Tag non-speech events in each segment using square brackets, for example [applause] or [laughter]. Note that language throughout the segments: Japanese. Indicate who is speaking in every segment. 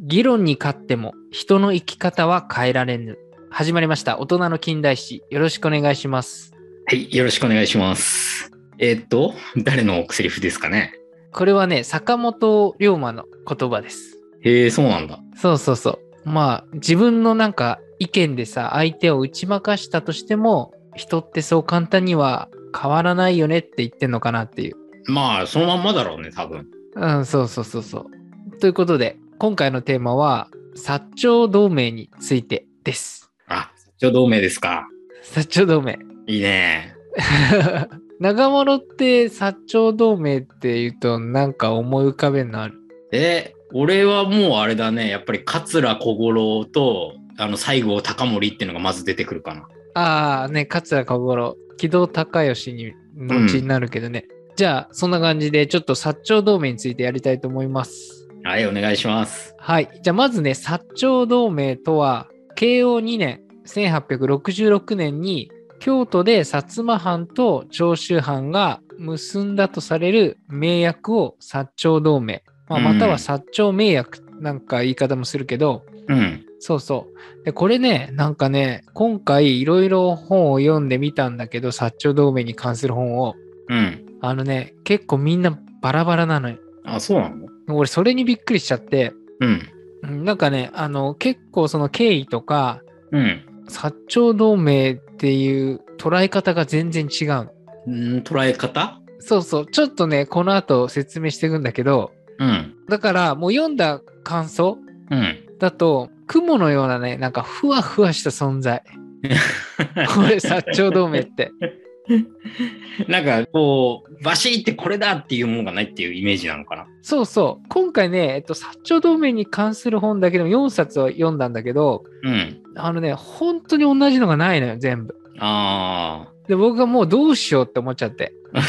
Speaker 1: 議論に勝っても人の生き方は変えられぬ。始まりました。大人の近代史。よろしくお願いします。
Speaker 2: はい、よろしくお願いします。えーっと、誰のセリフですかね
Speaker 1: これはね、坂本龍馬の言葉です。
Speaker 2: へえ、そうなんだ。
Speaker 1: そうそうそう。まあ、自分のなんか意見でさ、相手を打ち負かしたとしても、人ってそう簡単には変わらないよねって言ってんのかなっていう。
Speaker 2: まあ、そのまんまだろうね、多分。
Speaker 1: うん、そうそうそうそう。ということで、今回のテーマは、薩長同盟についてです。
Speaker 2: あ、社長同盟ですか。
Speaker 1: 薩長同盟。
Speaker 2: いいね。
Speaker 1: 長物って薩長同盟って言うとなんか思い浮かべるのある。
Speaker 2: え、俺はもうあれだね、やっぱり桂小五郎と、あの、西郷隆盛っていうのがまず出てくるかな。
Speaker 1: ああね、桂小五郎、木戸孝允にのちになるけどね。じゃあそんな感じでちょっと薩長同盟についてやりたいと思います。
Speaker 2: はい、お願いします。
Speaker 1: はい。じゃあまずね、薩長同盟とは、慶応2年、1866年に、京都で薩摩藩と長州藩が結んだとされる名約を薩長同盟、まあ、
Speaker 2: うん
Speaker 1: または薩長名約なんか言い方もするけど、
Speaker 2: うん。
Speaker 1: そうそう。で、これね、なんかね、今回いろいろ本を読んでみたんだけど、薩長同盟に関する本を、
Speaker 2: うん。
Speaker 1: あのね、結構みんなバラバラなのよ。
Speaker 2: あ、そうなの
Speaker 1: 俺、それにびっくりしちゃって、
Speaker 2: うん。
Speaker 1: うんなんかね、あの、結構その経緯とか、
Speaker 2: うん。
Speaker 1: 薩長同盟っていう捉え方が全然違うの。
Speaker 2: うん、捉え方
Speaker 1: そうそう、ちょっとね、この後説明していくんだけど、
Speaker 2: うん。
Speaker 1: だからもう読んだ感想
Speaker 2: うん。
Speaker 1: だと、雲のようなね、なんかふわふわした存在。これ、薩長同盟って。
Speaker 2: [laughs] なんか、こう、バシーってこれだっていうものがないっていうイメージなのかな。
Speaker 1: そうそう、今回ね、えっと、薩長同盟に関する本だけでも4冊は読んだんだけど、
Speaker 2: うん。
Speaker 1: あのね、本当に同じのがないのよ、全部。
Speaker 2: あ
Speaker 1: で、僕はもうどうしようって思っちゃって。 [laughs]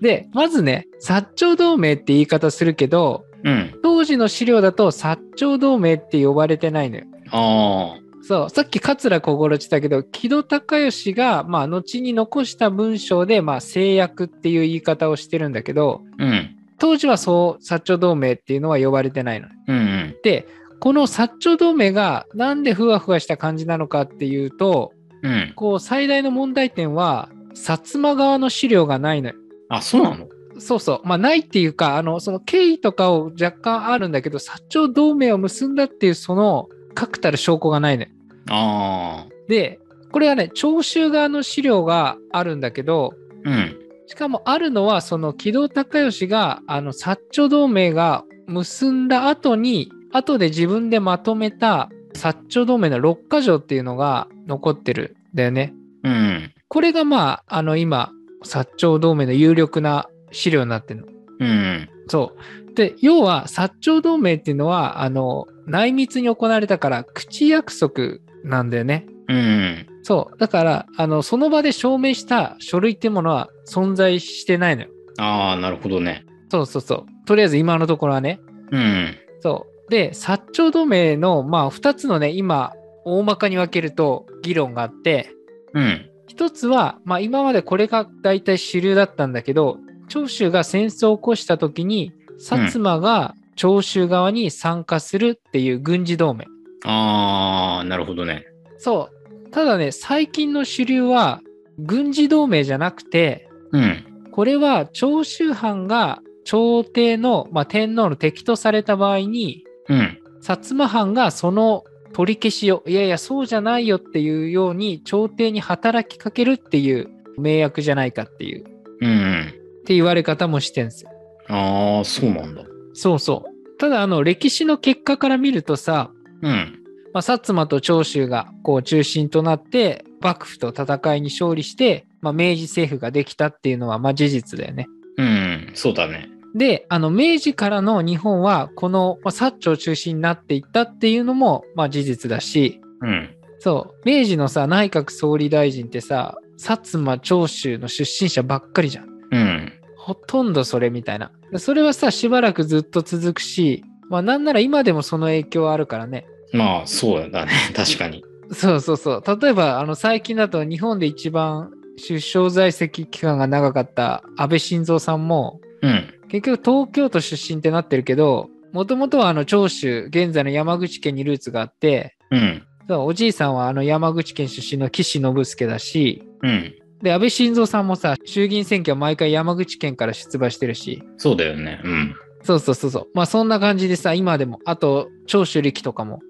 Speaker 1: で、まずね、薩長同盟って言い方するけど、
Speaker 2: あ、うん。
Speaker 1: 当時の資料だと薩長同盟って呼ばれてないのよ。
Speaker 2: あ
Speaker 1: そう、さっき桂小五郎って言ったけど、木戸孝允が、まあ、後に残した文章で、まあ、制約っていう言い方をしてるんだけど、
Speaker 2: あ、うん。
Speaker 1: 当時はそう、薩長同盟っていうのは呼ばれてないの。
Speaker 2: うんうん。
Speaker 1: で、この薩長同盟がなんでふわふわした感じなのかっていうと、
Speaker 2: うん。
Speaker 1: こう、最大の問題点は、薩摩側の資料がないのよ。
Speaker 2: あ、そうなの
Speaker 1: そうそう。まあ、ないっていうか、あの、その経緯とかを若干あるんだけど、薩長同盟を結んだっていう、その確たる証拠がないのよ。
Speaker 2: ああ、
Speaker 1: で、これはね、徴収側の資料があるんだけど、
Speaker 2: うん。
Speaker 1: しかもあるのは、その木戸孝允が、あの、薩長同盟が結んだ後に、後で自分でまとめた薩長同盟の6か条っていうのが残ってるんだよね。
Speaker 2: うん。
Speaker 1: これがまあ、あの、今、薩長同盟の有力な資料になってるの。
Speaker 2: うん。
Speaker 1: そう。で、要は、薩長同盟っていうのは、あの、内密に行われたから、口約束なんだよね。
Speaker 2: うん。
Speaker 1: そう。だから、あの、その場で証明した書類ってものは存在してないのよ。
Speaker 2: ああ、なるほどね。
Speaker 1: そうそうそう。とりあえず今のところはね。
Speaker 2: うん。
Speaker 1: そう。で、薩長同盟の、まあ、2つのね、今、大まかに分けると議論があって、
Speaker 2: うん。
Speaker 1: 一つは、まあ、今までこれが大体主流だったんだけど長州が戦争を起こした時に薩摩が長州側に参加するっていう軍事同盟、
Speaker 2: ああ、なるほどね。
Speaker 1: そうただね最近の主流は軍事同盟じゃなくて
Speaker 2: うん。
Speaker 1: これは長州藩が朝廷の、まあ、天皇の敵とされた場合に
Speaker 2: うん。
Speaker 1: 薩摩藩がその取り消しをいやいやそうじゃないよっていうように朝廷に働きかけるっていう名約じゃないかっていう
Speaker 2: うんうん。
Speaker 1: って言われ方もしてんすよ。
Speaker 2: ああ、そうなんだ。
Speaker 1: そうそう。ただあの歴史の結果から見るとさ、
Speaker 2: うん。
Speaker 1: まあ、薩摩と長州がこう中心となって幕府と戦いに勝利して、まあ、明治政府ができたっていうのはまあ事実だよね。
Speaker 2: うん。そうだね。
Speaker 1: であの明治からの日本はこの、まあ、薩長中心になっていったっていうのもまあ事実だし
Speaker 2: うん。
Speaker 1: そう明治のさ内閣総理大臣ってさ薩摩長州の出身者ばっかりじゃん。
Speaker 2: うん。
Speaker 1: ほとんどそれみたいな。それはさ、しばらくずっと続くし、まあなんなら今でもその影響はあるからね。
Speaker 2: まあ、そうだね。確かに。
Speaker 1: そうそうそう。例えば、あの最近だと日本で一番出生在籍期間が長かった安倍晋三さんも、
Speaker 2: うん。
Speaker 1: 結局東京都出身ってなってるけど、もともとはあの長州、現在の山口県にルーツがあって、
Speaker 2: うん。
Speaker 1: そうおじいさんはあの山口県出身の岸信介だし、
Speaker 2: うん。
Speaker 1: で、安倍晋三さんもさ、衆議院選挙は毎回山口県から出馬してるし、
Speaker 2: そうだよね。うん。
Speaker 1: そうそうそうそう。まあそんな感じでさ、今でも、あと、長州力とかも。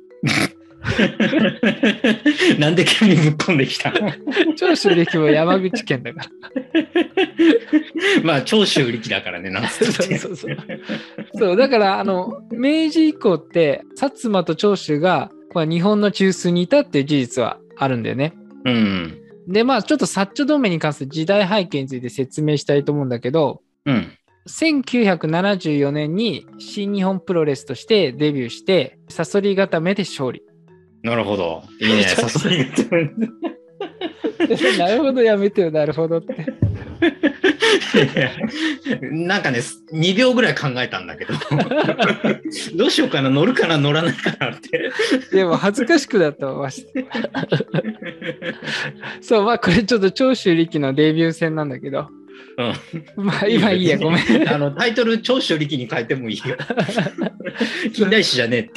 Speaker 2: なんで急にぶっ込んできたの
Speaker 1: 長州力も山口県だから。
Speaker 2: [laughs] まあ、長州力だからね、なんつって
Speaker 1: [laughs]
Speaker 2: ね。
Speaker 1: そうそうそうそう、だから、あの、明治以降って、薩摩と長州が、まあ、日本の中枢にいたっていう事実はあるんだよね。
Speaker 2: うん。
Speaker 1: で、まあちょっと薩長同盟に関する時代背景について説明したいと思うんだけど、
Speaker 2: うん。
Speaker 1: 1974年に新日本プロレスとしてデビューして、サソリ固めで勝利。 [laughs]
Speaker 2: なるほど。いいね。
Speaker 1: ちょっと
Speaker 2: 誘いが来る
Speaker 1: なるほど、やめてよ、なるほどって。
Speaker 2: なんかね、2秒ぐらい考えたんだけど、 [laughs] どうしようかな、乗るかな、乗らないかなって。
Speaker 1: でも恥ずかしくなったわ。そう、まあこれちょっと長州力のデビュー戦なんだけど。
Speaker 2: うん
Speaker 1: まあ今いいや、ごめん。
Speaker 2: ん。あのタイトル、長州力に変えてもいい
Speaker 1: [laughs]
Speaker 2: よ。近代史じゃね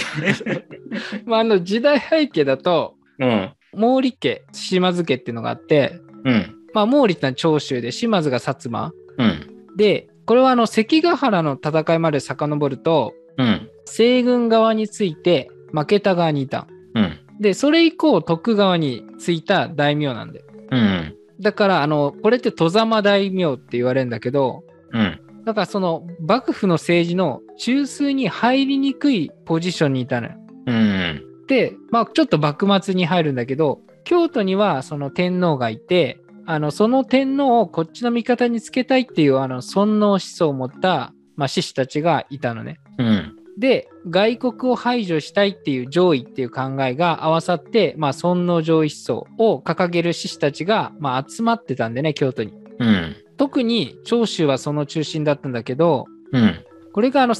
Speaker 2: えって。
Speaker 1: まああの時代背景だと、
Speaker 2: うん。
Speaker 1: 毛利家、島津家っていうのがあって、
Speaker 2: うん。
Speaker 1: まあ毛利ってのは長州で、島津が薩摩。
Speaker 2: うん。
Speaker 1: で、これはあの関ヶ原の戦いまで遡ると、
Speaker 2: うん。
Speaker 1: 西軍側について負けた側にいた。
Speaker 2: うん。
Speaker 1: で、それ以降徳川についた大名なんで。
Speaker 2: うん。
Speaker 1: だから、あの、これって戸様大名って言われるんだけど、
Speaker 2: うん。
Speaker 1: だからその幕府の政治の中枢に入りにくいポジションにいたのよ。
Speaker 2: うん。
Speaker 1: で、まあちょっと幕末に入るんだけど、京都にはその天皇がいて、あのその天皇をこっちの味方につけたいっていうあの尊皇思想を持った、まあ、志士たちがいたのね。
Speaker 2: うん。
Speaker 1: で、外国を排除したいっていう上位っていう考えが合わさって、まあ尊皇上位思想を掲げる志士たちが、まあ、集まってたんでね、京都に。
Speaker 2: うん。
Speaker 1: 特に長州はその中心だったんだけど、
Speaker 2: うん。
Speaker 1: これがあの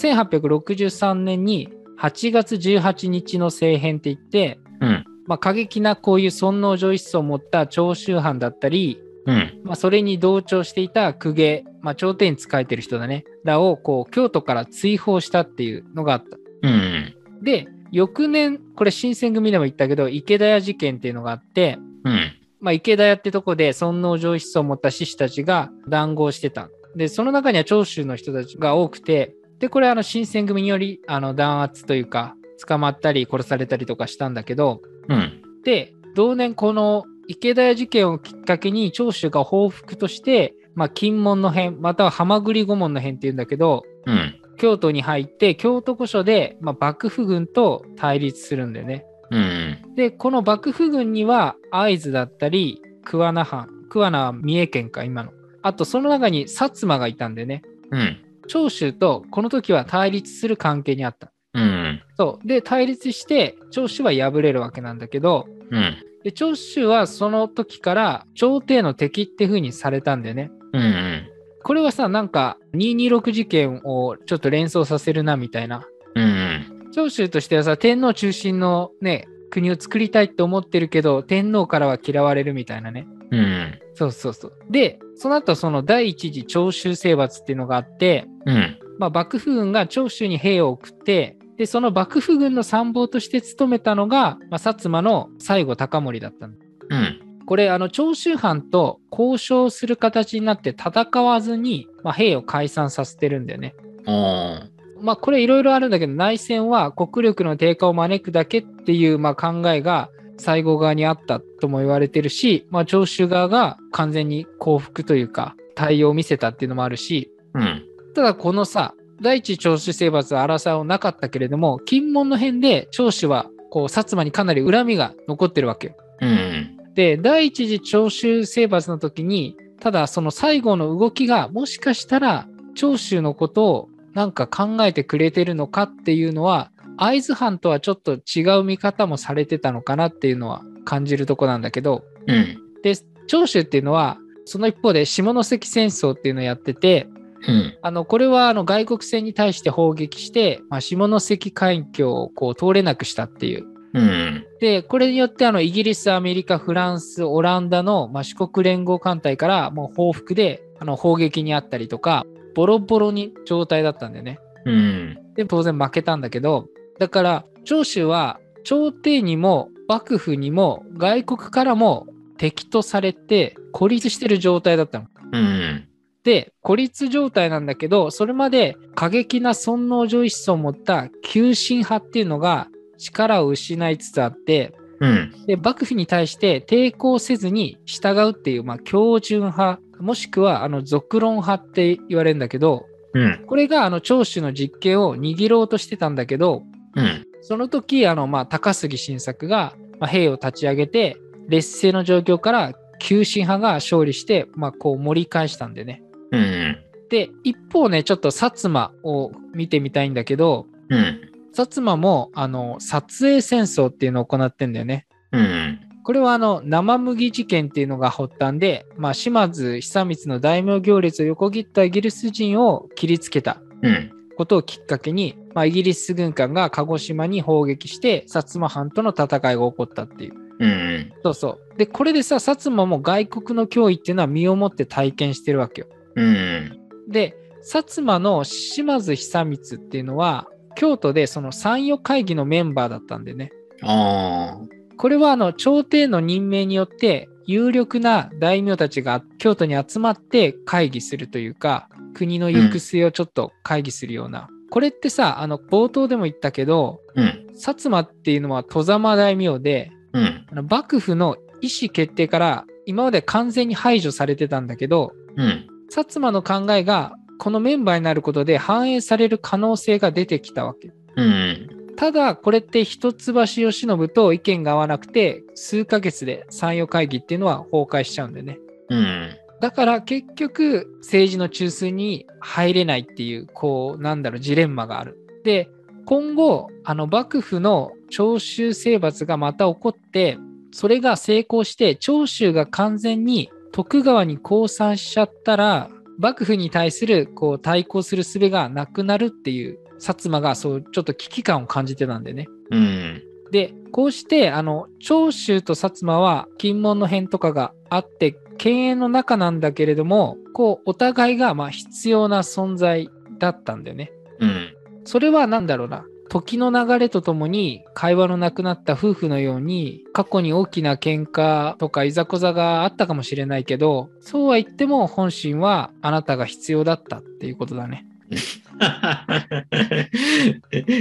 Speaker 1: 1863年に8月18日の政変って言って、
Speaker 2: うん
Speaker 1: まあ、過激なこういう尊皇攘夷思想を持った長州藩だったり、
Speaker 2: うん。
Speaker 1: まあ、それに同調していた公家、まあ、朝廷に仕えてる人だねらをこう京都から追放したっていうのがあった。
Speaker 2: うん。
Speaker 1: で翌年これ新選組でも言ったけど池田屋事件っていうのがあって、
Speaker 2: うん。
Speaker 1: まあ、池田屋ってとこで尊皇攘夷思想を持った志士たちが談合してた。で、その中には長州の人たちが多くて、で、これ、あの、新選組により、あの、弾圧というか、捕まったり殺されたりとかしたんだけど、
Speaker 2: うん。
Speaker 1: で、同年、この池田屋事件をきっかけに、長州が報復として、まあ、金門の変、または浜栗御門の変っていうんだけど、
Speaker 2: うん。
Speaker 1: 京都に入って、京都御所で、まあ、幕府軍と対立するんだよね。
Speaker 2: うん。
Speaker 1: でこの幕府軍には会津だったり桑名藩桑名は三重県か今のあとその中に薩摩がいたんでね
Speaker 2: うん。
Speaker 1: 長州とこの時は対立する関係にあった
Speaker 2: うん。
Speaker 1: そうで対立して長州は敗れるわけなんだけど
Speaker 2: うん。
Speaker 1: で長州はその時から朝廷の敵って風にされたんだよね
Speaker 2: うん。
Speaker 1: これはさなんか226事件をちょっと連想させるなみたいな
Speaker 2: うん。
Speaker 1: 長州としてはさ天皇中心のね国を作りたいって思ってるけど天皇からは嫌われるみたいなね
Speaker 2: うん。
Speaker 1: そうそうそうでその後その第一次長州征伐っていうのがあって、
Speaker 2: うん。
Speaker 1: まあ、幕府軍が長州に兵を送ってでその幕府軍の参謀として務めたのが、まあ、薩摩の西郷隆盛だったの
Speaker 2: うん。
Speaker 1: これあの長州藩と交渉する形になって戦わずに、まあ、兵を解散させてるんだよね
Speaker 2: おー
Speaker 1: まあこれいろいろあるんだけど内戦は国力の低下を招くだけっていうまあ考えが西郷側にあったとも言われてるし、まあ、長州側が完全に降伏というか対応を見せたっていうのもあるし
Speaker 2: うん。
Speaker 1: ただこのさ第一長州征伐は争いはなかったけれども金門の辺で長州はこう薩摩にかなり恨みが残ってるわけよ。
Speaker 2: うん。
Speaker 1: で第一次長州征伐の時にただその西郷の動きがもしかしたら長州のことをなんか考えてくれてるのかっていうのは会津藩とはちょっと違う見方もされてたのかなっていうのは感じるとこなんだけど
Speaker 2: うん。
Speaker 1: で長州っていうのはその一方で下関戦争っていうのをやってて
Speaker 2: うん。
Speaker 1: あのこれはあの外国船に対して砲撃して、まあ、下関海峡をこう通れなくしたっていう
Speaker 2: うん。
Speaker 1: で、これによってあのイギリス、アメリカ、フランス、オランダの、まあ、四国連合艦隊からもう報復であの砲撃にあったりとか、ボロボロに状態だったんだよね。
Speaker 2: うん。
Speaker 1: で当然負けたんだけどだから長州は朝廷にも幕府にも外国からも敵とされて孤立してる状態だったの。
Speaker 2: うん。
Speaker 1: で孤立状態なんだけどそれまで過激な尊王攘夷思想を持った急進派っていうのが力を失いつつあって
Speaker 2: うん。
Speaker 1: で幕府に対して抵抗せずに従うっていう、まあ、標準派もしくはあの俗論派って言われるんだけど
Speaker 2: うん。
Speaker 1: これがあの長州の実権を握ろうとしてたんだけど
Speaker 2: うん。
Speaker 1: その時あの、まあ、高杉晋作が、まあ、兵を立ち上げて劣勢の状況から急進派が勝利して、まあ、こう盛り返したんでね。
Speaker 2: うん。
Speaker 1: で一方ねちょっと薩摩を見てみたいんだけど
Speaker 2: うん。
Speaker 1: 薩摩もあの撮影戦争っていうのを行ってんだよね。
Speaker 2: うん。
Speaker 1: これはあの生麦事件っていうのが発端で、まあ、島津久光の大名行列を横切ったイギリス人を切りつけた
Speaker 2: うん。
Speaker 1: ことをきっかけに、まあ、イギリス軍艦が鹿児島に砲撃して薩摩藩との戦いが起こったっていう。
Speaker 2: うん。
Speaker 1: そうそう。でこれでさ薩摩も外国の脅威っていうのは身をもって体験してるわけよ。
Speaker 2: うん。
Speaker 1: で薩摩の島津久光っていうのは京都でその参与会議のメンバーだったんでね
Speaker 2: ああ。
Speaker 1: これはあの朝廷の任命によって有力な大名たちが京都に集まって会議するというか国の行く末をちょっと会議するような、これってさあの冒頭でも言ったけど
Speaker 2: うん。
Speaker 1: 薩摩っていうのは外様大名で
Speaker 2: うん。
Speaker 1: あの幕府の意思決定から今まで完全に排除されてたんだけど
Speaker 2: うん。
Speaker 1: 薩摩の考えがこのメンバーになることで反映される可能性が出てきたわけ。
Speaker 2: うん。
Speaker 1: ただこれって一橋慶喜と意見が合わなくて数ヶ月で参与会議っていうのは崩壊しちゃうんだよね。
Speaker 2: うん。
Speaker 1: だから結局政治の中枢に入れないっていうこうなんだろうジレンマがある。で今後あの幕府の長州征伐がまた起こってそれが成功して長州が完全に徳川に降参しちゃったら幕府に対するこう対抗する術がなくなるっていう薩摩がそうちょっと危機感を感じてたんでね。
Speaker 2: うん。
Speaker 1: でこうしてあの長州と薩摩は金門の辺とかがあって犬猿の中なんだけれどもこうお互いがまあ必要な存在だったんだよね。
Speaker 2: うん。
Speaker 1: それは何だろうな時の流れとともに会話のなくなった夫婦のように過去に大きな喧嘩とかいざこざがあったかもしれないけどそうは言っても本心はあなたが必要だったっていうことだね。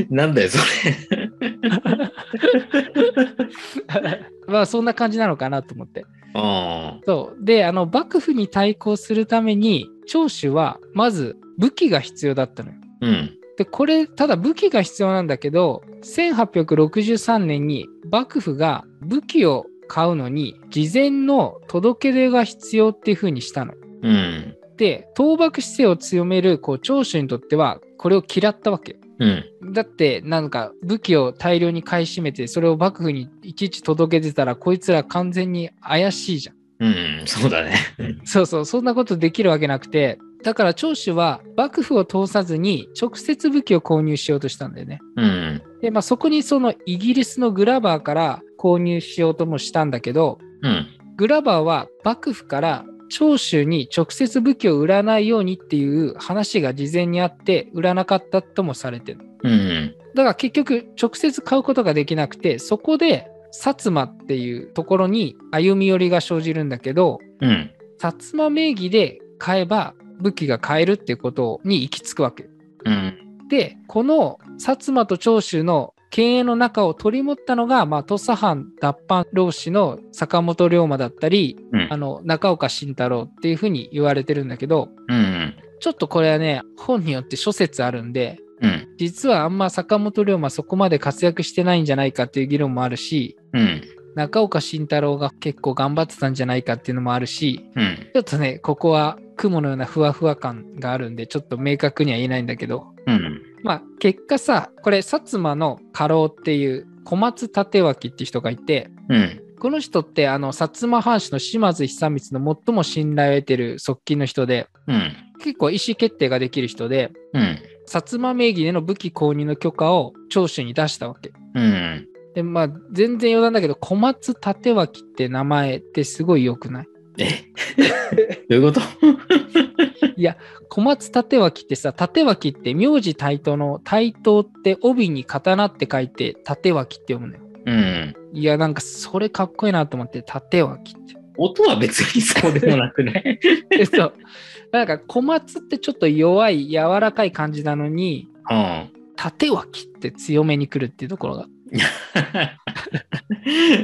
Speaker 2: なんだよ、それ。
Speaker 1: まあそんな感じなのかなと思って。
Speaker 2: ああ。
Speaker 1: そうであの幕府に対抗するために長州はまず武器が必要だったのよ。
Speaker 2: うん。
Speaker 1: でこれただ武器が必要なんだけど1863年に幕府が武器を買うのに事前の届け出が必要っていう風にしたの。
Speaker 2: うん。
Speaker 1: で倒幕姿勢を強めるこう長州にとってはこれを嫌ったわけ。
Speaker 2: うん。
Speaker 1: だってなんか武器を大量に買い占めてそれを幕府にいちいち届けてたらこいつら完全に怪しいじゃん。
Speaker 2: うん。そうだね。
Speaker 1: そうそう、そんなことできるわけなくて、だから長州は幕府を通さずに直接武器を購入しようとしたんだよね。
Speaker 2: うん。
Speaker 1: で、まあ、そこにそのイギリスのグラバーから購入しようともしたんだけど、
Speaker 2: うん。
Speaker 1: グラバーは幕府から長州に直接武器を売らないようにっていう話が事前にあって、売らなかったともされてる。
Speaker 2: うん。
Speaker 1: だから結局直接買うことができなくて、そこで薩摩っていうところに歩み寄りが生じるんだけど、
Speaker 2: うん。
Speaker 1: 薩摩名義で買えば武器が買えるっていうことに行き着くわけ。
Speaker 2: うん。
Speaker 1: でこの薩摩と長州の経営の中を取り持ったのが、まあ、土佐藩脱藩浪士の坂本龍馬だったり
Speaker 2: うん
Speaker 1: あ。の中岡慎太郎っていうふうに言われてるんだけど
Speaker 2: うん。
Speaker 1: ちょっとこれはね本によって諸説あるんで
Speaker 2: うん。
Speaker 1: 実はあんま坂本龍馬そこまで活躍してないんじゃないかっていう議論もあるし
Speaker 2: うん。
Speaker 1: 中岡慎太郎が結構頑張ってたんじゃないかっていうのもあるし
Speaker 2: うん。
Speaker 1: ちょっとね、ここは雲のようなふわふわ感があるんで、ちょっと明確には言えないんだけど、
Speaker 2: うん。
Speaker 1: まあ、結果さ、これ、薩摩の家老っていう小松立脇っていう人がいて、
Speaker 2: うん。
Speaker 1: この人ってあの薩摩藩士の島津久光の最も信頼を得てる側近の人で、
Speaker 2: うん。
Speaker 1: 結構意思決定ができる人で、
Speaker 2: うん。
Speaker 1: 薩摩名義での武器購入の許可を長州に出したわけ。
Speaker 2: うん。
Speaker 1: で、まあ、全然余談だけど、小松立脇って名前ってすごい良くない
Speaker 2: えどういうこと
Speaker 1: 小松立脇ってさ、立脇って名字対等の対等って帯に刀って書いて立脇って読むのよ。
Speaker 2: うん。
Speaker 1: いや、なんかそれかっこいいなと思って立脇って。
Speaker 2: 音は別にそうでもなくない
Speaker 1: えそう。 [laughs] なんか小松ってちょっと弱い、柔らかい感じなのに、
Speaker 2: うん。
Speaker 1: 縦脇って強めに来るっていうところが。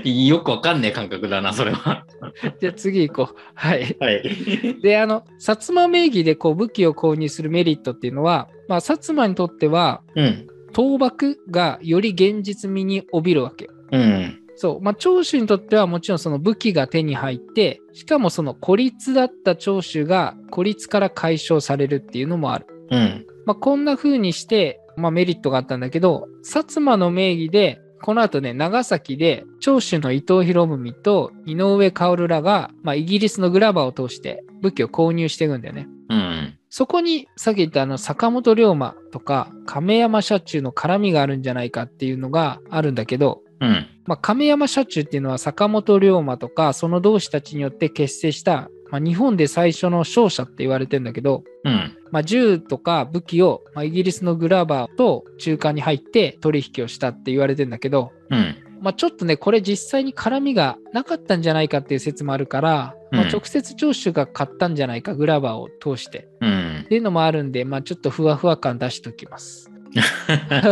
Speaker 2: よくわかんねえ感覚だな、それは。
Speaker 1: じゃあ次行こう。はい。
Speaker 2: はい。
Speaker 1: で、あの、薩摩名義でこう武器を購入するメリットっていうのは、まあ、薩摩にとっては、
Speaker 2: うん。
Speaker 1: 倒幕がより現実味に帯びるわけ。
Speaker 2: うん。
Speaker 1: そう。まあ、長州にとってはもちろんその武器が手に入って、しかもその孤立だった長州が孤立から解消されるっていうのもある。
Speaker 2: うん。
Speaker 1: まあ、こんな風にして、まあ、メリットがあったんだけど、薩摩の名義で、この後ね、長崎で長州の伊藤博文と井上薫らが、まあ、イギリスのグラバーを通して武器を購入していくんだよね。
Speaker 2: うん。
Speaker 1: そこにさっき言ったあの坂本龍馬とか亀山社中の絡みがあるんじゃないかっていうのがあるんだけど、
Speaker 2: うん。
Speaker 1: まあ、亀山社中っていうのは坂本龍馬とかその同志たちによって結成した、まあ、日本で最初の勝者って言われてんだけど、
Speaker 2: うん。
Speaker 1: まあ、銃とか武器を、まあ、イギリスのグラバーと中間に入って取引をしたって言われてんだけど、
Speaker 2: うん。
Speaker 1: まあ、ちょっとねこれ実際に絡みがなかったんじゃないかっていう説もあるから、まあ
Speaker 2: うん
Speaker 1: 直接聴取が買ったんじゃないかグラバーを通して
Speaker 2: う
Speaker 1: っ。
Speaker 2: ん
Speaker 1: ていうのもあるんで、まあ、ちょっとふわふわ感出しておきます。 [laughs]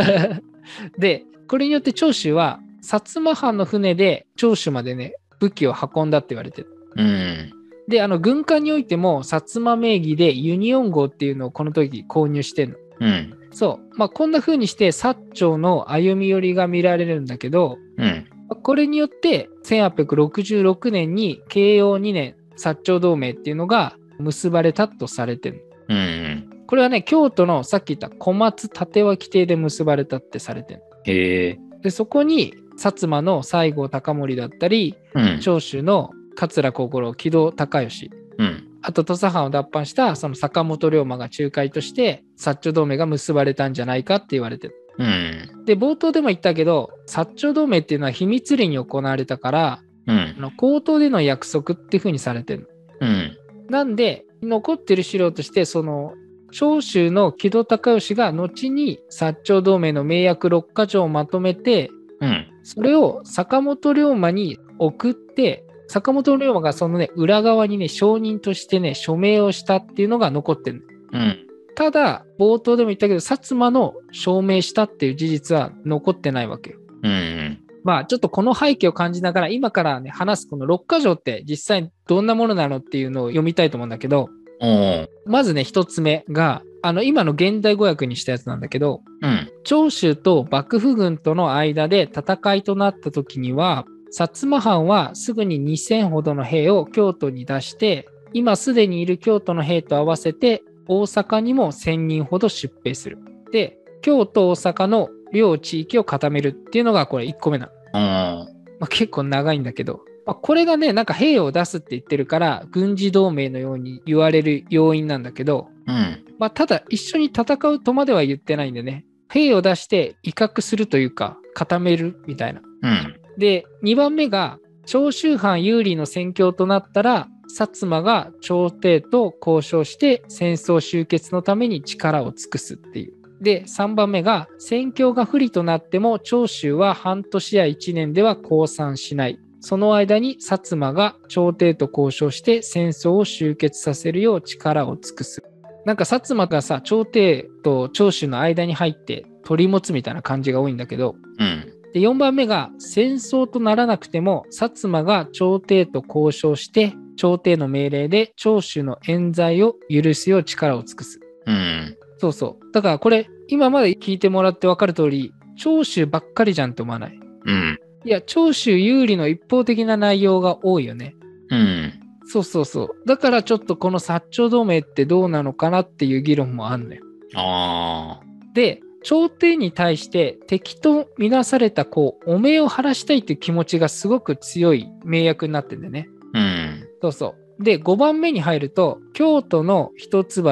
Speaker 1: でこれによって長州は薩摩藩の船で長州までね武器を運んだって言われてる
Speaker 2: うん。
Speaker 1: であの軍艦においても薩摩名義でユニオン号っていうのをこの時購入してんの。
Speaker 2: うん。
Speaker 1: そう。まあ、こんな風にして、薩長の歩み寄りが見られるんだけど、
Speaker 2: うん。
Speaker 1: まあこれによって、1866年に慶応2年薩長同盟っていうのが結ばれたとされてる。
Speaker 2: うん。
Speaker 1: これはね、京都のさっき言った小松立脇邸で結ばれたってされてる。
Speaker 2: へえ。
Speaker 1: で、そこに、薩摩の西郷隆盛だったり、
Speaker 2: うん。
Speaker 1: 長州の桂心木戸孝允、
Speaker 2: うん。
Speaker 1: あと土佐藩を脱藩したその坂本龍馬が仲介として、薩長同盟が結ばれたんじゃないかって言われてる。
Speaker 2: うん。
Speaker 1: で冒頭でも言ったけど薩長同盟っていうのは秘密裏に行われたから
Speaker 2: う
Speaker 1: あ
Speaker 2: ん。
Speaker 1: の口頭での約束っていう風にされてる
Speaker 2: うん。
Speaker 1: のなんで残ってる資料としてその長州の木戸孝允が後に薩長同盟の名約6か条をまとめて
Speaker 2: うん。
Speaker 1: それを坂本龍馬に送って坂本龍馬がそのね裏側にね承認としてね署名をしたっていうのが残ってるの
Speaker 2: うん。
Speaker 1: ただ冒頭でも言ったけど薩摩の証明したっていう事実は残ってないわけよ
Speaker 2: うん。
Speaker 1: まあちょっとこの背景を感じながら今からね話すこの6か条って実際どんなものなのっていうのを読みたいと思うんだけど
Speaker 2: おう。
Speaker 1: まずね1つ目があの今の現代語訳にしたやつなんだけど
Speaker 2: うん。
Speaker 1: 長州と幕府軍との間で戦いとなった時には薩摩藩はすぐに2,000ほどの兵を京都に出して今すでにいる京都の兵と合わせて大阪にも1,000人ほど出兵する。で京都大阪の両地域を固めるっていうのがこれ1個目なの
Speaker 2: お
Speaker 1: まあ、結構長いんだけど、まあ、これがねなんか兵を出すって言ってるから軍事同盟のように言われる要因なんだけど、
Speaker 2: うん。
Speaker 1: まあ、ただ一緒に戦うとまでは言ってないんでね兵を出して威嚇するというか固めるみたいな。
Speaker 2: うん。
Speaker 1: で2番目が長州藩有利の戦況となったら薩摩が朝廷と交渉して戦争終結のために力を尽くすっていう。で3番目が戦況が不利となっても長州は半年や1年では降参しない。その間に薩摩が朝廷と交渉して戦争を終結させるよう力を尽くす。なんか薩摩がさ朝廷と長州の間に入って取り持つみたいな感じが多いんだけど、
Speaker 2: うん。
Speaker 1: で4番目が戦争とならなくても薩摩が朝廷と交渉して朝廷の命令で長州の冤罪を許すよう力を尽くす
Speaker 2: うん。
Speaker 1: そうそうだからこれ今まで聞いてもらって分かる通り長州ばっかりじゃんって思わない
Speaker 2: うん。
Speaker 1: いや長州有利の一方的な内容が多いよね
Speaker 2: うん。
Speaker 1: そうそうそうだからちょっとこの薩長同盟ってどうなのかなっていう議論もあんのよ
Speaker 2: あ
Speaker 1: で朝廷に対して敵とみなされたこう汚名を晴らしたいっていう気持ちがすごく強い名役になってんだよね。
Speaker 2: あ。うん。
Speaker 1: そうそう。で5番目に入ると京都の一橋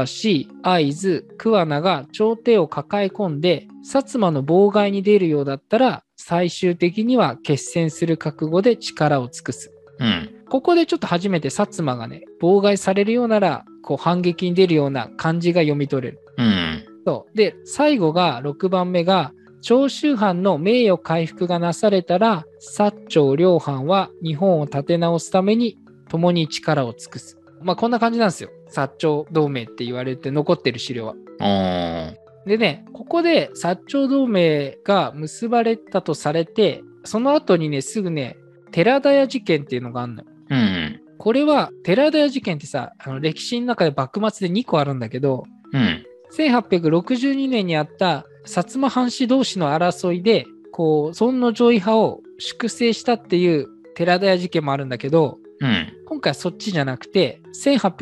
Speaker 1: 会津桑名が朝廷を抱え込んで薩摩の妨害に出るようだったら最終的には決戦する覚悟で力を尽くす。
Speaker 2: うん。
Speaker 1: ここでちょっと初めて薩摩がね、妨害されるようなら、こう反撃に出るような感じが読み取れる。
Speaker 2: うん。
Speaker 1: そう。で、最後が6番目が、長州藩の名誉回復がなされたら、薩長両藩は日本を立て直すために共に力を尽くす。まあこんな感じなんですよ。薩長同盟って言われて残ってる資料は。
Speaker 2: あ
Speaker 1: でね、ここで薩長同盟が結ばれたとされて、その後にね、すぐね、寺田屋事件っていうのがあるのよ。
Speaker 2: あ。うん。
Speaker 1: これは、寺田屋事件ってさ、あの歴史の中で幕末で2個あるんだけど、
Speaker 2: うん。
Speaker 1: 1862年にあった薩摩藩士同士の争いで、こう、尊の上位派を粛清したっていう寺田屋事件もあるんだけど、
Speaker 2: うん。
Speaker 1: 今回はそっちじゃなくて、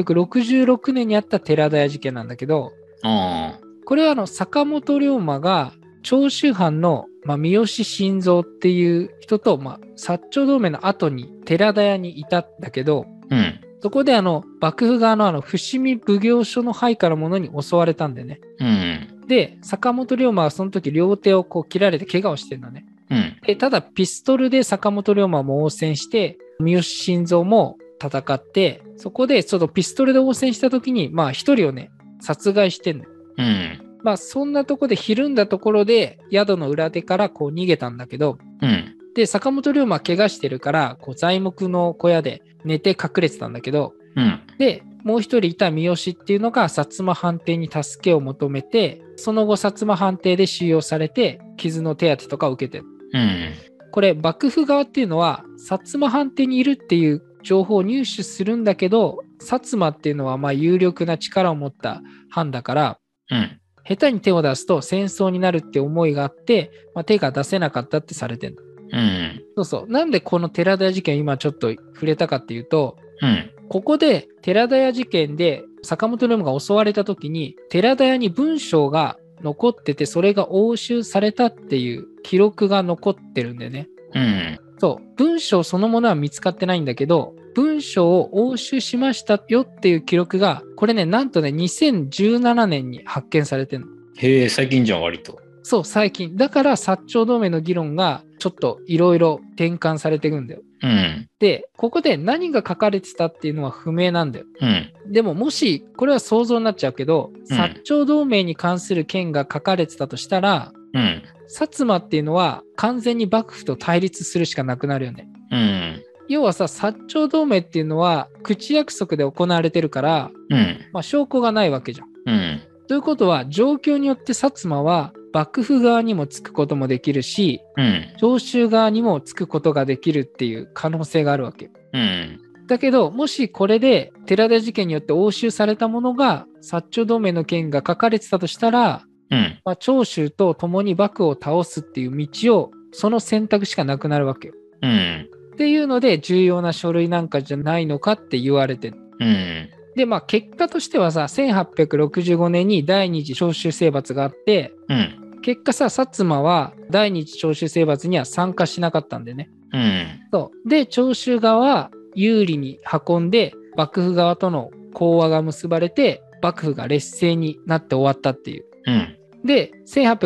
Speaker 1: 1866年にあった寺田屋事件なんだけど、
Speaker 2: ああ。
Speaker 1: これはあの坂本龍馬が長州藩の、まあ、三好晋三っていう人と、まあ、薩長同盟の後に寺田屋にいたんだけど
Speaker 2: うん。
Speaker 1: そこであの幕府側のあの伏見奉行所の配下の者に襲われたんだよね。
Speaker 2: うん。
Speaker 1: で坂本龍馬はその時両手をこう切られて怪我をしてるのね。
Speaker 2: うん。
Speaker 1: でただピストルで坂本龍馬も応戦して三好晋三も戦ってそこでちょっとピストルで応戦した時にまあ一人をね殺害してんのよ
Speaker 2: うん。
Speaker 1: まあそんなとこでひるんだところで宿の裏手からこう逃げたんだけど、
Speaker 2: うん。
Speaker 1: で、坂本龍馬は怪我してるから、こう材木の小屋で寝て隠れてたんだけど、
Speaker 2: うん。
Speaker 1: で、もう一人いた三好っていうのが薩摩藩邸に助けを求めて、その後薩摩藩邸で収容されて、傷の手当とかを受けてる
Speaker 2: うん。
Speaker 1: これ幕府側っていうのは薩摩藩邸にいるっていう情報を入手するんだけど、薩摩っていうのはまあ有力な力を持った藩だから、
Speaker 2: うん。
Speaker 1: 下手に手を出すと戦争になるって思いがあって、まあ、手が出せなかったってされてる
Speaker 2: うん。
Speaker 1: そうそう。なんでこの寺田屋事件今ちょっと触れたかっていうと、
Speaker 2: うん。
Speaker 1: ここで寺田屋事件で坂本龍馬が襲われた時に、寺田屋に文章が残ってて、それが押収されたっていう記録が残ってるんだよね。
Speaker 2: うん。
Speaker 1: そう。文章そのものは見つかってないんだけど、文章を押収しましたよっていう記録が、これね、なんとね、2017年に発見されてる
Speaker 2: へえ、最近じゃん、割と。
Speaker 1: そう、最近。だから、薩長同盟の議論が、ちょっといろいろ転換されていくんだよ。
Speaker 2: うん。
Speaker 1: で、ここで何が書かれてたっていうのは不明なんだよ。
Speaker 2: うん。
Speaker 1: でも、もし、これは想像になっちゃうけど、
Speaker 2: うん
Speaker 1: 薩長同盟に関する件が書かれてたとしたら、
Speaker 2: うん。
Speaker 1: 薩摩っていうのは完全に幕府と対立するしかなくなるよね。
Speaker 2: うん。
Speaker 1: 要はさ、薩長同盟っていうのは、口約束で行われてるから、
Speaker 2: うん。
Speaker 1: まあ、証拠がないわけじゃん。
Speaker 2: うん。
Speaker 1: ということは、状況によって薩摩は幕府側にもつくこともできるし、
Speaker 2: うん。
Speaker 1: 常習側にもつくことができるっていう可能性があるわけ。
Speaker 2: うん。
Speaker 1: だけど、もしこれで寺田事件によって押収されたものが薩長同盟の件が書かれてたとしたら、
Speaker 2: うん。
Speaker 1: まあ、長州と共に幕府を倒すっていう道を、その選択しかなくなるわけよ。
Speaker 2: うん。
Speaker 1: っていうので、重要な書類なんかじゃないのかって言われてる
Speaker 2: うん。
Speaker 1: で、まあ結果としてはさ、1865年に第二次長州征伐があって、
Speaker 2: うん。
Speaker 1: 結果さ、薩摩は第二次長州征伐には参加しなかったんでね。
Speaker 2: うん。
Speaker 1: そう。で、長州側は有利に運んで、幕府側との講和が結ばれて、幕府が劣勢になって終わったっていう。
Speaker 2: うん。
Speaker 1: で、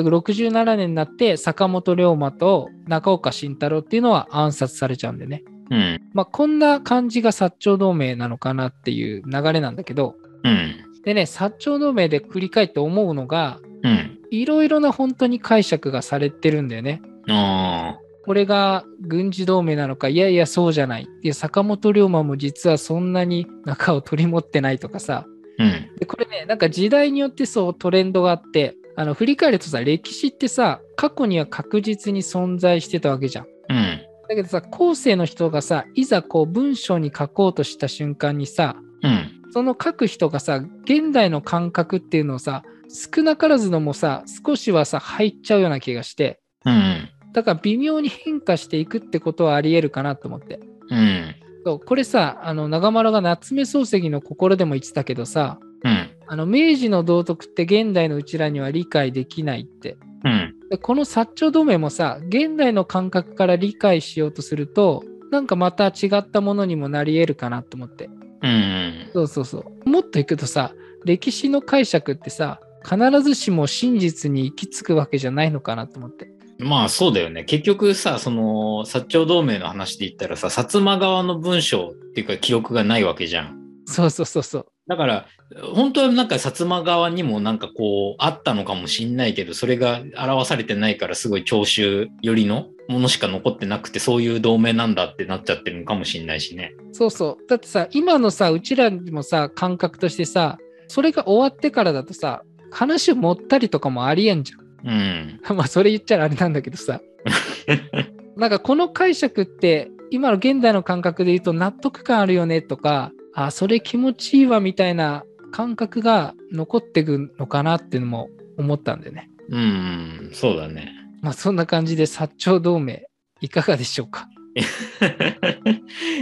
Speaker 1: 1867年になって、坂本龍馬と中岡慎太郎っていうのは暗殺されちゃうんでね。
Speaker 2: うん。
Speaker 1: まあ、こんな感じが薩長同盟なのかなっていう流れなんだけど、
Speaker 2: うん。
Speaker 1: でね、薩長同盟で振り返って思うのが、
Speaker 2: うん。
Speaker 1: いろいろな本当に解釈がされてるんだよね。
Speaker 2: ああ。
Speaker 1: これが軍事同盟なのか、いやいや、そうじゃない。いや、坂本龍馬も実はそんなに仲を取り持ってないとかさ。
Speaker 2: うん。
Speaker 1: で、これね、なんか時代によってそうトレンドがあって、あの、振り返るとさ、歴史ってさ、過去には確実に存在してたわけじゃん。
Speaker 2: うん。
Speaker 1: だけどさ、後世の人がさ、いざこう文章に書こうとした瞬間にさ、
Speaker 2: うん。
Speaker 1: その書く人がさ、現代の感覚っていうのをさ、少なからずのもさ、少しはさ、入っちゃうような気がして、
Speaker 2: うん。
Speaker 1: だから微妙に変化していくってことはあり得るかなと思って。
Speaker 2: うん。
Speaker 1: そうこれさ、あの、長丸が夏目漱石の心でも言ってたけどさ、
Speaker 2: うん。
Speaker 1: あの、明治の道徳って現代のうちらには理解できないって。
Speaker 2: うん。
Speaker 1: でこの薩長同盟もさ、現代の感覚から理解しようとすると、なんかまた違ったものにもなり得るかなと思って。
Speaker 2: うん。
Speaker 1: そうそうそう。もっといくとさ、歴史の解釈ってさ、必ずしも真実に行き着くわけじゃないのかなと思って。
Speaker 2: まあそうだよね。結局さ、その、薩長同盟の話で言ったらさ、薩摩側の文章っていうか記録がないわけじゃん。
Speaker 1: そうそうそうそう。
Speaker 2: だから、本当はなんか薩摩側にもなんかこう、あったのかもしんないけど、それが表されてないから、すごい聴衆寄りのものしか残ってなくて、そういう同盟なんだってなっちゃってるのかもしんないしね。
Speaker 1: そうそう。だってさ、今のさ、うちらもさ、感覚としてさ、それが終わってからだとさ、話を持ったりとかもありえんじ [laughs]
Speaker 2: うん。
Speaker 1: ゃん。まあ、それ言っちゃあれなんだけどさ。なんかこの解釈って、今の現代の感覚で言うと納得感あるよねとか、あ、それ気持ちいいわみたいな感覚が残ってくのかなっていうのも思ったんだよね。
Speaker 2: うん、そうだね。
Speaker 1: まあ、そんな感じで、薩長同盟、いかがでしょうか。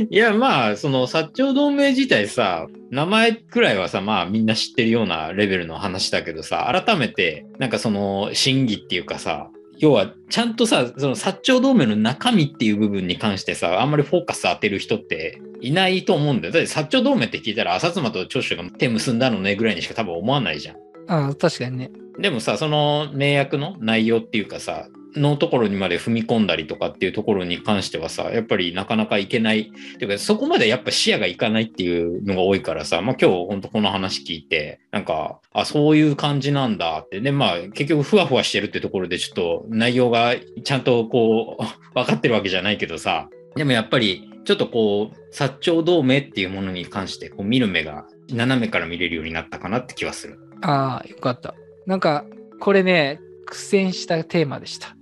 Speaker 2: いやまあその薩長同盟自体さ名前くらいはさまあみんな知ってるようなレベルの話だけどさ改めてなんかその真偽っていうかさ要はちゃんとさその薩長同盟の中身っていう部分に関してさあんまりフォーカス当てる人っていないと思うんだよだって薩長同盟って聞いたら薩摩と長州が手結んだのねぐらいにしか多分思わないじゃん。
Speaker 1: あ確かにね。
Speaker 2: でもさその名約の内容っていうかさのところにまで踏み込んだりとかっていうところに関してはさやっぱりなかなかいけないっていうかそこまでやっぱ視野がいかないっていうのが多いからさ、まあ、今日本当この話聞いてなんかあそういう感じなんだってでまあ結局ふわふわしてるってところでちょっと内容がちゃんとこう [laughs] 分かってるわけじゃないけどさでもやっぱりちょっとこう薩長同盟っていうものに関してこう見る目が斜めから見れるようになったかなって気はする。
Speaker 1: ああ、よかった。なんか、これね、苦戦したテーマでした。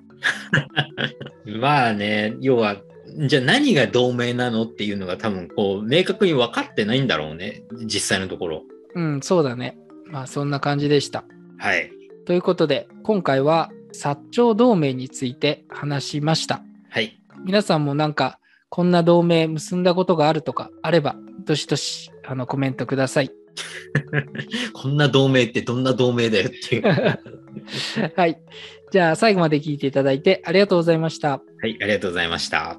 Speaker 2: まあね、要は、じゃあ何が同盟なのっていうのが多分こう明確に分かってないんだろうね、実際のところ。
Speaker 1: うん、そうだね。まあ、そんな感じでした。
Speaker 2: はい。
Speaker 1: ということで、今回は、薩長同盟について話しました。
Speaker 2: はい。
Speaker 1: 皆さんもなんか、こんな同盟結んだことがあるとかあれば、どしどしあのコメントください。
Speaker 2: こんな同盟ってどんな同盟だよっていう。は
Speaker 1: はい。じゃあ、最後まで聞いていただいてありがとうございました。
Speaker 2: い、ありがとうございました。